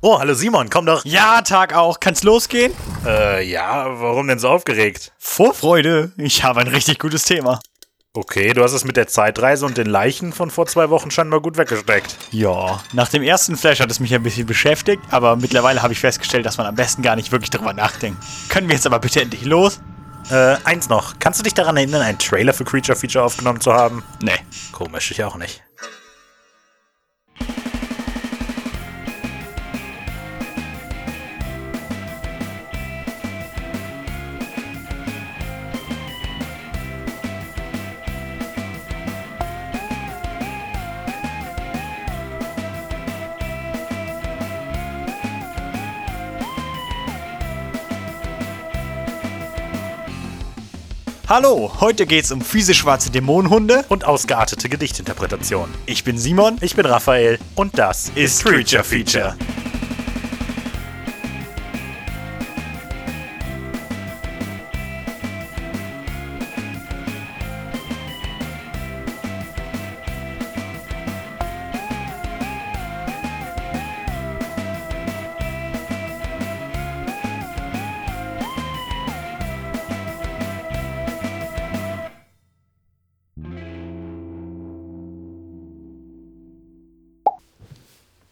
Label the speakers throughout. Speaker 1: Oh, hallo Simon, komm doch.
Speaker 2: Ja, Tag auch. Kann's losgehen?
Speaker 1: Äh, ja, warum denn so aufgeregt?
Speaker 2: Vorfreude. Ich habe ein richtig gutes Thema.
Speaker 1: Okay, du hast es mit der Zeitreise und den Leichen von vor zwei Wochen scheinbar gut weggesteckt.
Speaker 2: Ja, nach dem ersten Flash hat es mich ein bisschen beschäftigt, aber mittlerweile habe ich festgestellt, dass man am besten gar nicht wirklich drüber nachdenkt. Können wir jetzt aber bitte endlich los?
Speaker 1: Äh, eins noch. Kannst du dich daran erinnern, einen Trailer für Creature Feature aufgenommen zu haben?
Speaker 2: Nee.
Speaker 1: Komisch, ich auch nicht.
Speaker 2: Hallo, heute geht's um fiese schwarze Dämonenhunde.
Speaker 1: Und ausgeartete Gedichtinterpretationen.
Speaker 2: Ich bin Simon.
Speaker 1: Ich bin Raphael und das ist Creature Feature.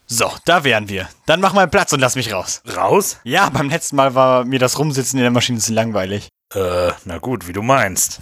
Speaker 2: So, da wären wir. Dann mach mal Platz und lass mich raus.
Speaker 1: Raus?
Speaker 2: Ja, beim letzten Mal war mir das Rumsitzen in der Maschine zu langweilig.
Speaker 1: Äh, na gut, wie du meinst.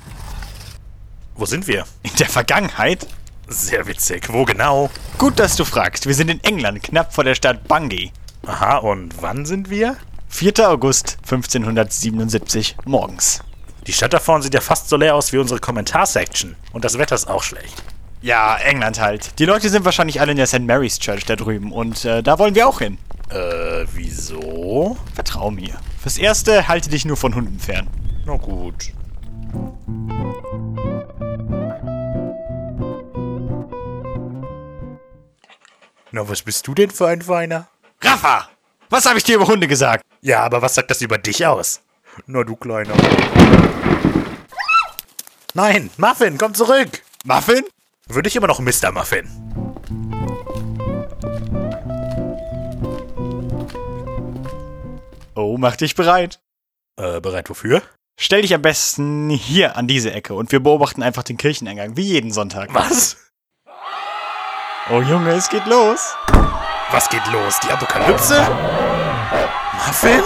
Speaker 1: Wo sind wir?
Speaker 2: In der Vergangenheit?
Speaker 1: Sehr witzig. Wo genau?
Speaker 2: Gut, dass du fragst. Wir sind in England, knapp vor der Stadt Bungay.
Speaker 1: Aha, und wann sind wir?
Speaker 2: 4. August 1577 morgens.
Speaker 1: Die Stadt da vorne sieht ja fast so leer aus wie unsere Kommentarsection. Und das Wetter ist auch schlecht.
Speaker 2: Ja, England halt. Die Leute sind wahrscheinlich alle in der St. Mary's Church da drüben und äh, da wollen wir auch hin.
Speaker 1: Äh, wieso?
Speaker 2: Vertrau mir. Fürs Erste halte dich nur von Hunden fern.
Speaker 1: Na gut. Na, was bist du denn für ein Weiner?
Speaker 2: Rafa! Was habe ich dir über Hunde gesagt?
Speaker 1: Ja, aber was sagt das über dich aus? Na, du Kleiner. Nein, Muffin, komm zurück!
Speaker 2: Muffin?
Speaker 1: Würde ich immer noch Mr. Muffin.
Speaker 2: Oh, mach dich bereit.
Speaker 1: Äh, bereit wofür?
Speaker 2: Stell dich am besten hier an diese Ecke und wir beobachten einfach den Kircheneingang, wie jeden Sonntag.
Speaker 1: Was?
Speaker 2: Oh Junge, es geht los.
Speaker 1: Was geht los? Die Apokalypse? Muffin?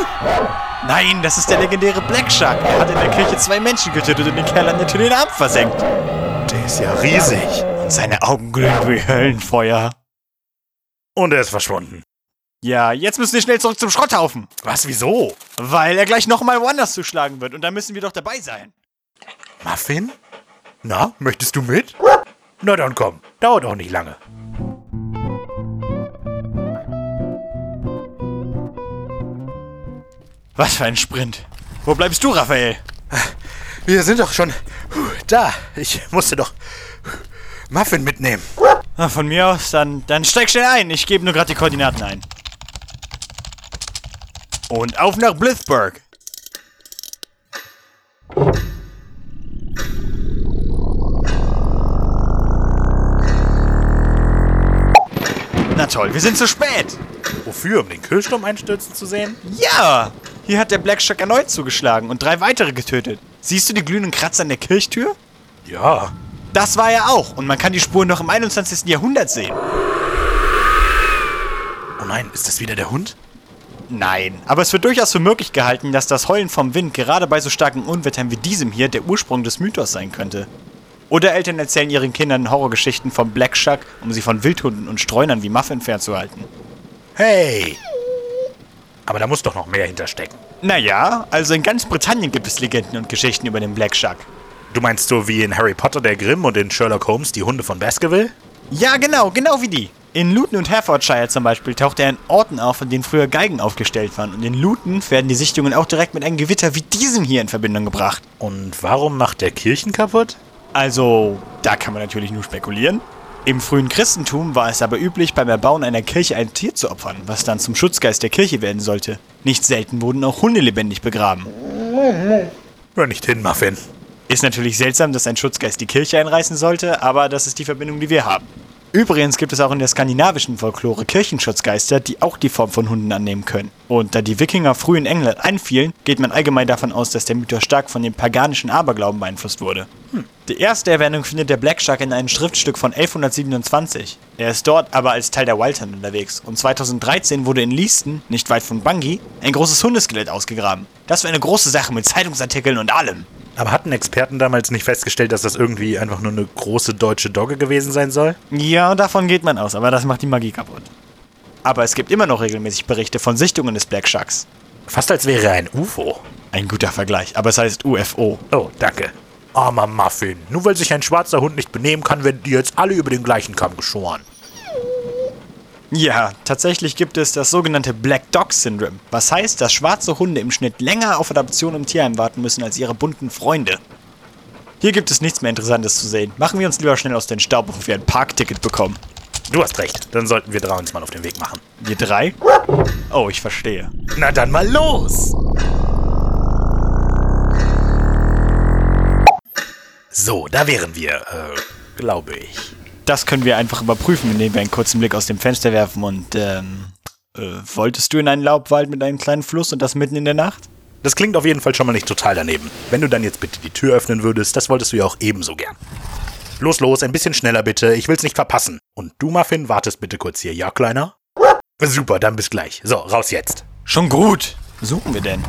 Speaker 2: Nein, das ist der legendäre Black Shark. Er hat in der Kirche zwei Menschen getötet und den Kerl an der Tür den Arm versenkt.
Speaker 1: Der ist ja riesig.
Speaker 2: Und Äh. seine Augen glühen wie Höllenfeuer.
Speaker 1: Und er ist verschwunden.
Speaker 2: Ja, jetzt müssen wir schnell zurück zum Schrotthaufen.
Speaker 1: Was, wieso?
Speaker 2: Weil er gleich nochmal woanders zuschlagen wird und da müssen wir doch dabei sein.
Speaker 1: Muffin? Na, möchtest du mit? Na dann komm, dauert auch nicht lange.
Speaker 2: Was für ein Sprint. Wo bleibst du, Raphael?
Speaker 1: Wir sind doch schon da. Ich musste doch Muffin mitnehmen.
Speaker 2: Ah, Von mir aus, dann, dann steig schnell ein. Ich gebe nur gerade die Koordinaten ein. Und auf nach Blithburg. Na toll, wir sind zu spät.
Speaker 1: Wofür? Um den Kühlsturm einstürzen zu sehen?
Speaker 2: Ja! Hier hat der Black Shark erneut zugeschlagen und drei weitere getötet. Siehst du die glühenden Kratzer an der Kirchtür?
Speaker 1: Ja.
Speaker 2: Das war er auch und man kann die Spuren noch im 21. Jahrhundert sehen.
Speaker 1: Oh nein, ist das wieder der Hund?
Speaker 2: Nein, aber es wird durchaus für möglich gehalten, dass das Heulen vom Wind gerade bei so starken Unwettern wie diesem hier der Ursprung des Mythos sein könnte. Oder Eltern erzählen ihren Kindern Horrorgeschichten vom Black Shark, um sie von Wildhunden und Streunern wie Muffin fernzuhalten.
Speaker 1: Hey! Aber da muss doch noch mehr hinterstecken.
Speaker 2: Naja, also in ganz Britannien gibt es Legenden und Geschichten über den Black Shark.
Speaker 1: Du meinst so wie in Harry Potter der Grimm und in Sherlock Holmes die Hunde von Baskerville?
Speaker 2: Ja, genau, genau wie die. In Luton und Herefordshire zum Beispiel taucht er in Orten auf, an denen früher Geigen aufgestellt waren. Und in Luton werden die Sichtungen auch direkt mit einem Gewitter wie diesem hier in Verbindung gebracht.
Speaker 1: Und warum macht der Kirchen kaputt?
Speaker 2: Also, da kann man natürlich nur spekulieren. Im frühen Christentum war es aber üblich, beim Erbauen einer Kirche ein Tier zu opfern, was dann zum Schutzgeist der Kirche werden sollte. Nicht selten wurden auch Hunde lebendig begraben.
Speaker 1: Hör nicht hin, Muffin.
Speaker 2: Ist natürlich seltsam, dass ein Schutzgeist die Kirche einreißen sollte, aber das ist die Verbindung, die wir haben. Übrigens gibt es auch in der skandinavischen Folklore Kirchenschutzgeister, die auch die Form von Hunden annehmen können. Und da die Wikinger früh in England einfielen, geht man allgemein davon aus, dass der Mythos stark von dem paganischen Aberglauben beeinflusst wurde. Hm. Die erste Erwähnung findet der Black Shark in einem Schriftstück von 1127. Er ist dort aber als Teil der Wildhand unterwegs und 2013 wurde in Leaston, nicht weit von Bungee, ein großes Hundeskelett ausgegraben. Das war eine große Sache mit Zeitungsartikeln und allem.
Speaker 1: Aber hatten Experten damals nicht festgestellt, dass das irgendwie einfach nur eine große deutsche Dogge gewesen sein soll?
Speaker 2: Ja, davon geht man aus, aber das macht die Magie kaputt. Aber es gibt immer noch regelmäßig Berichte von Sichtungen des Black Sharks.
Speaker 1: Fast als wäre er ein UFO.
Speaker 2: Ein guter Vergleich, aber es heißt UFO.
Speaker 1: Oh, danke. Armer Muffin. Nur weil sich ein schwarzer Hund nicht benehmen kann, werden die jetzt alle über den gleichen Kamm geschoren.
Speaker 2: Ja, tatsächlich gibt es das sogenannte Black Dog Syndrome, was heißt, dass schwarze Hunde im Schnitt länger auf Adoption im Tierheim warten müssen als ihre bunten Freunde. Hier gibt es nichts mehr Interessantes zu sehen. Machen wir uns lieber schnell aus den Staub, bevor wir ein Parkticket bekommen.
Speaker 1: Du hast recht. Dann sollten wir drei uns mal auf den Weg machen.
Speaker 2: Wir drei? Oh, ich verstehe.
Speaker 1: Na dann mal los! So, da wären wir, äh, glaube ich.
Speaker 2: Das können wir einfach überprüfen, indem wir einen kurzen Blick aus dem Fenster werfen und, ähm, äh, wolltest du in einen Laubwald mit einem kleinen Fluss und das mitten in der Nacht?
Speaker 1: Das klingt auf jeden Fall schon mal nicht total daneben. Wenn du dann jetzt bitte die Tür öffnen würdest, das wolltest du ja auch ebenso gern. Los, los, ein bisschen schneller bitte, ich will's nicht verpassen. Und du, Muffin, wartest bitte kurz hier, ja, Kleiner? Super, dann bis gleich. So, raus jetzt.
Speaker 2: Schon gut. Suchen wir denn?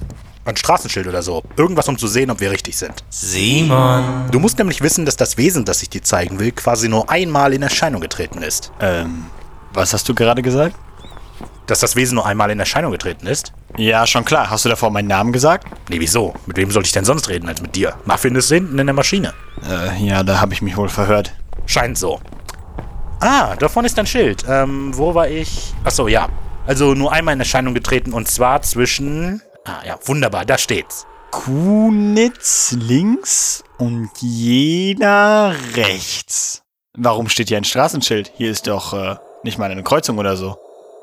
Speaker 1: Ein Straßenschild oder so. Irgendwas, um zu sehen, ob wir richtig sind.
Speaker 3: Simon.
Speaker 1: Du musst nämlich wissen, dass das Wesen, das ich dir zeigen will, quasi nur einmal in Erscheinung getreten ist. Äh,
Speaker 2: Ähm, was hast du gerade gesagt?
Speaker 1: Dass das Wesen nur einmal in Erscheinung getreten ist?
Speaker 2: Ja, schon klar. Hast du davor meinen Namen gesagt?
Speaker 1: Nee, wieso? Mit wem sollte ich denn sonst reden als mit dir? Muffin ist hinten in der Maschine.
Speaker 2: Äh, ja, da habe ich mich wohl verhört.
Speaker 1: Scheint so. Ah, da vorne ist ein Schild. Ähm, wo war ich? Achso, ja. Also nur einmal in Erscheinung getreten und zwar zwischen. Ah, ja, wunderbar, da steht's.
Speaker 2: Kunitz links und Jena rechts. Warum steht hier ein Straßenschild? Hier ist doch äh, nicht mal eine Kreuzung oder so.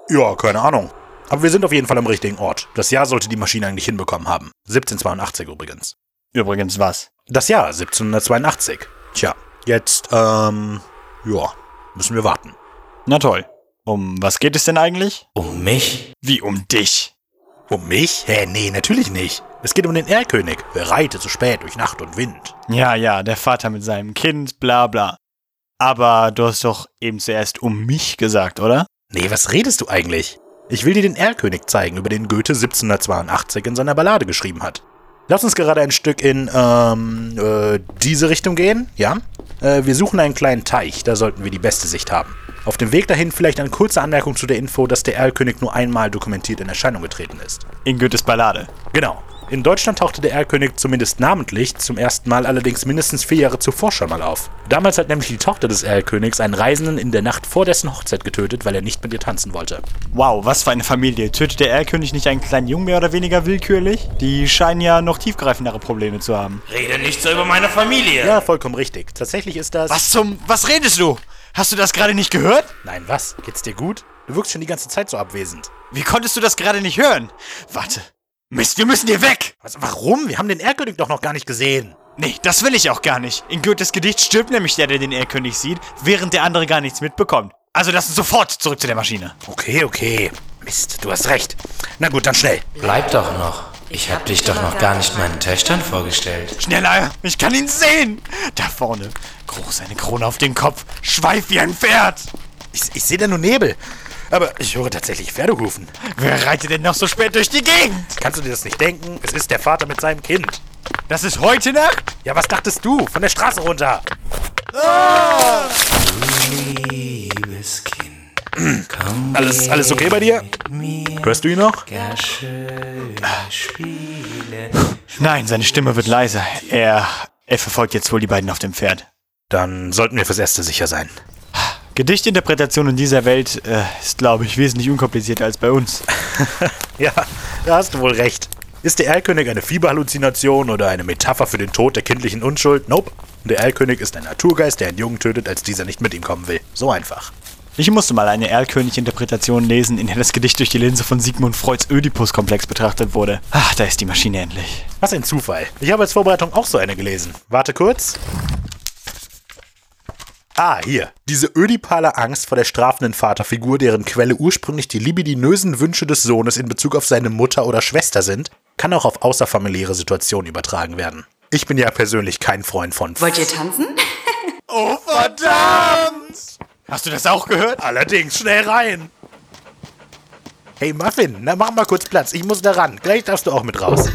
Speaker 1: Ja, keine Ahnung. Aber wir sind auf jeden Fall am richtigen Ort. Das Jahr sollte die Maschine eigentlich hinbekommen haben. 1782 übrigens.
Speaker 2: Übrigens was?
Speaker 1: Das Jahr 1782. Tja, jetzt, ähm, ja, müssen wir warten.
Speaker 2: Na toll. Um was geht es denn eigentlich?
Speaker 3: Um mich?
Speaker 2: Wie um dich.
Speaker 1: Um mich? Hä, nee, natürlich nicht. Es geht um den Erlkönig. Wer reite so spät durch Nacht und Wind?
Speaker 2: Ja, ja, der Vater mit seinem Kind, bla bla. Aber du hast doch eben zuerst um mich gesagt, oder?
Speaker 1: Nee, was redest du eigentlich? Ich will dir den Erlkönig zeigen, über den Goethe 1782 in seiner Ballade geschrieben hat. Lass uns gerade ein Stück in ähm, äh, diese Richtung gehen, ja? Äh, wir suchen einen kleinen Teich, da sollten wir die beste Sicht haben. Auf dem Weg dahin vielleicht eine kurze Anmerkung zu der Info, dass der Erlkönig nur einmal dokumentiert in Erscheinung getreten ist.
Speaker 2: In Goethes Ballade.
Speaker 1: Genau. In Deutschland tauchte der Erlkönig zumindest namentlich zum ersten Mal allerdings mindestens vier Jahre zuvor schon mal auf. Damals hat nämlich die Tochter des Erlkönigs einen Reisenden in der Nacht vor dessen Hochzeit getötet, weil er nicht mit ihr tanzen wollte.
Speaker 2: Wow, was für eine Familie. Tötet der Erlkönig nicht einen kleinen Jungen mehr oder weniger willkürlich? Die scheinen ja noch tiefgreifendere Probleme zu haben.
Speaker 3: Rede nicht so über meine Familie.
Speaker 1: Ja, vollkommen richtig. Tatsächlich ist das.
Speaker 2: Was zum... Was redest du? Hast du das gerade nicht gehört?
Speaker 1: Nein, was? Geht's dir gut? Du wirkst schon die ganze Zeit so abwesend.
Speaker 2: Wie konntest du das gerade nicht hören? Warte. Mist, wir müssen hier weg!
Speaker 1: Was, warum? Wir haben den Erlkönig doch noch gar nicht gesehen.
Speaker 2: Nee, das will ich auch gar nicht. In Goethes Gedicht stirbt nämlich der, der den Erlkönig sieht, während der andere gar nichts mitbekommt. Also lass uns sofort zurück zu der Maschine.
Speaker 1: Okay, okay. Mist, du hast recht. Na gut, dann schnell.
Speaker 3: Bleib doch noch. Ich hab dich doch noch gar nicht meinen Töchtern vorgestellt.
Speaker 2: Schneller, ich kann ihn sehen! Da vorne. Groß eine Krone auf den Kopf, schweif wie ein Pferd!
Speaker 1: Ich, ich sehe da nur Nebel. Aber ich höre tatsächlich Pferdehufen.
Speaker 2: Wer reitet denn noch so spät durch die Gegend?
Speaker 1: Kannst du dir das nicht denken? Es ist der Vater mit seinem Kind.
Speaker 2: Das ist heute Nacht?
Speaker 1: Ja, was dachtest du? Von der Straße runter.
Speaker 3: Liebes Kind, komm
Speaker 1: Hm. Alles, alles okay bei dir?
Speaker 3: mit mir.
Speaker 1: Hörst du ihn noch?
Speaker 3: Gar schön spielen.
Speaker 2: Nein, seine Stimme wird leiser. Er. Er verfolgt jetzt wohl die beiden auf dem Pferd.
Speaker 1: Dann sollten wir fürs Erste sicher sein.
Speaker 2: Gedichtinterpretation in dieser Welt äh, ist, glaube ich, wesentlich unkomplizierter als bei uns.
Speaker 1: Ja, da hast du wohl recht. Ist der Erlkönig eine Fieberhalluzination oder eine Metapher für den Tod der kindlichen Unschuld? Nope. Der Erlkönig ist ein Naturgeist, der einen Jungen tötet, als dieser nicht mit ihm kommen will. So einfach.
Speaker 2: Ich musste mal eine Erlkönig-Interpretation lesen, in der das Gedicht durch die Linse von Sigmund Freuds Ödipus-Komplex betrachtet wurde. Ach, da ist die Maschine endlich.
Speaker 1: Was ein Zufall. Ich habe als Vorbereitung auch so eine gelesen. Warte kurz. Ah, hier. Diese ödipale Angst vor der strafenden Vaterfigur, deren Quelle ursprünglich die libidinösen Wünsche des Sohnes in Bezug auf seine Mutter oder Schwester sind, kann auch auf außerfamiliäre Situationen übertragen werden. Ich bin ja persönlich kein Freund von.
Speaker 4: Wollt ihr tanzen?
Speaker 2: Oh, verdammt! Hast du das auch gehört?
Speaker 1: Allerdings, schnell rein! Hey Muffin, na mach mal kurz Platz, ich muss da ran. Gleich darfst du auch mit raus.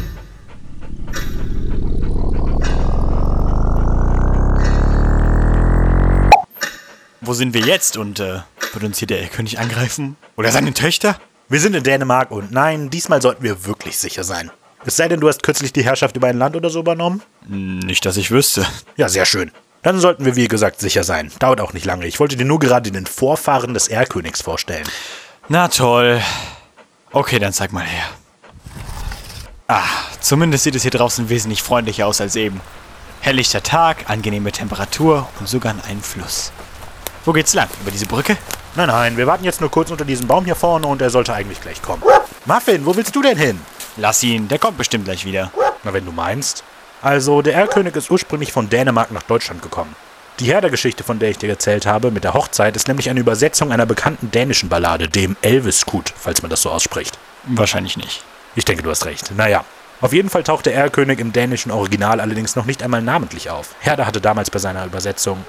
Speaker 2: Wo sind wir jetzt und äh, wird uns hier der Erlkönig angreifen? Oder seine Töchter?
Speaker 1: Wir sind in Dänemark und nein, diesmal sollten wir wirklich sicher sein. Es sei denn, du hast kürzlich die Herrschaft über ein Land oder so übernommen?
Speaker 2: Nicht, dass ich wüsste.
Speaker 1: Ja, sehr schön. Dann sollten wir, wie gesagt, sicher sein. Dauert auch nicht lange. Ich wollte dir nur gerade den Vorfahren des Erlkönigs vorstellen.
Speaker 2: Na toll. Okay, dann zeig mal her. Ah, zumindest sieht es hier draußen wesentlich freundlicher aus als eben. Helllichter Tag, angenehme Temperatur und sogar einen Fluss. Wo geht's lang? Über diese Brücke?
Speaker 1: Nein, nein, wir warten jetzt nur kurz unter diesem Baum hier vorne und er sollte eigentlich gleich kommen. Muffin, wo willst du denn hin?
Speaker 2: Lass ihn, der kommt bestimmt gleich wieder.
Speaker 1: Na, wenn du meinst. Also, der Erlkönig ist ursprünglich von Dänemark nach Deutschland gekommen. Die Herdergeschichte, von der ich dir erzählt habe, mit der Hochzeit, ist nämlich eine Übersetzung einer bekannten dänischen Ballade, dem Elviskut, falls man das so ausspricht.
Speaker 2: Wahrscheinlich nicht.
Speaker 1: Ich denke, du hast recht. Naja. Auf jeden Fall taucht der Erlkönig im dänischen Original allerdings noch nicht einmal namentlich auf. Herder hatte damals bei seiner Übersetzung.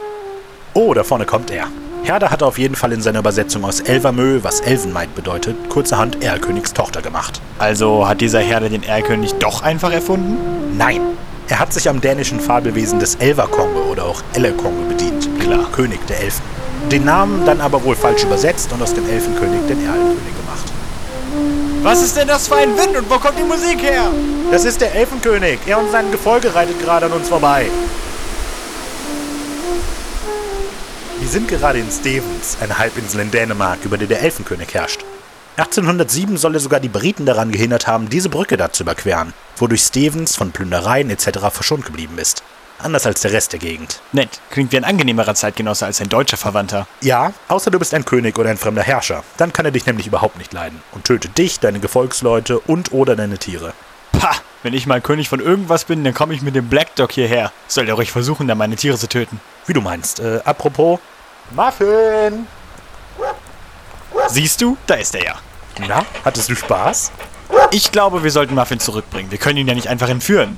Speaker 1: Oh, da vorne kommt er. Herder hatte auf jeden Fall in seiner Übersetzung aus Elvermö, was Elfenmaid bedeutet, kurzerhand Erlkönigs Tochter gemacht.
Speaker 2: Also hat dieser Herr den Erlkönig doch einfach erfunden?
Speaker 1: Nein, er hat sich am dänischen Fabelwesen des Elverkonge oder auch Ellekonge bedient, klar, König der Elfen. Den Namen dann aber wohl falsch übersetzt und aus dem Elfenkönig den Erlkönig gemacht.
Speaker 2: Was ist denn das für ein Wind und wo kommt die Musik her?
Speaker 1: Das ist der Elfenkönig. Er und sein Gefolge reitet gerade an uns vorbei. Wir sind gerade in Stevens, eine Halbinsel in Dänemark, über der der Elfenkönig herrscht. 1807 soll er sogar die Briten daran gehindert haben, diese Brücke da zu überqueren, wodurch Stevens von Plündereien etc. verschont geblieben ist. Anders als der Rest der Gegend.
Speaker 2: Nett, klingt wie ein angenehmerer Zeitgenosse als ein deutscher Verwandter.
Speaker 1: Ja, außer du bist ein König oder ein fremder Herrscher. Dann kann er dich nämlich überhaupt nicht leiden und tötet dich, deine Gefolgsleute und oder deine Tiere.
Speaker 2: Pah, wenn ich mal König von irgendwas bin, dann komme ich mit dem Black Dog hierher. Soll er ruhig versuchen, da meine Tiere zu töten.
Speaker 1: Wie du meinst. Äh, apropos. Muffin!
Speaker 2: Siehst du, da ist er ja.
Speaker 1: Na, hattest du Spaß?
Speaker 2: Ich glaube, wir sollten Muffin zurückbringen. Wir können ihn ja nicht einfach entführen.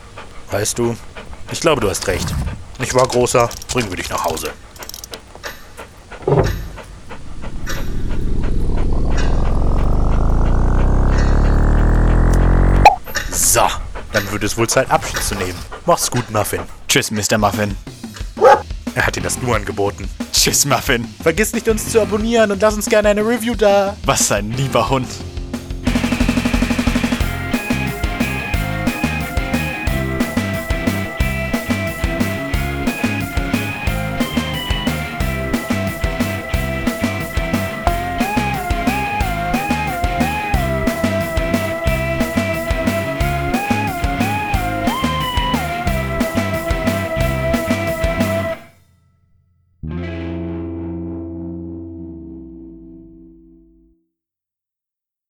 Speaker 1: Weißt du, ich glaube, du hast recht. Ich war großer, bringen wir dich nach Hause. So, dann wird es wohl Zeit, Abschied zu nehmen. Mach's gut, Muffin.
Speaker 2: Tschüss, Mr. Muffin.
Speaker 1: Er hat dir das nur angeboten.
Speaker 2: Tschüss, Muffin.
Speaker 1: Vergiss nicht, uns zu abonnieren und lass uns gerne eine Review da.
Speaker 2: Was ein lieber Hund.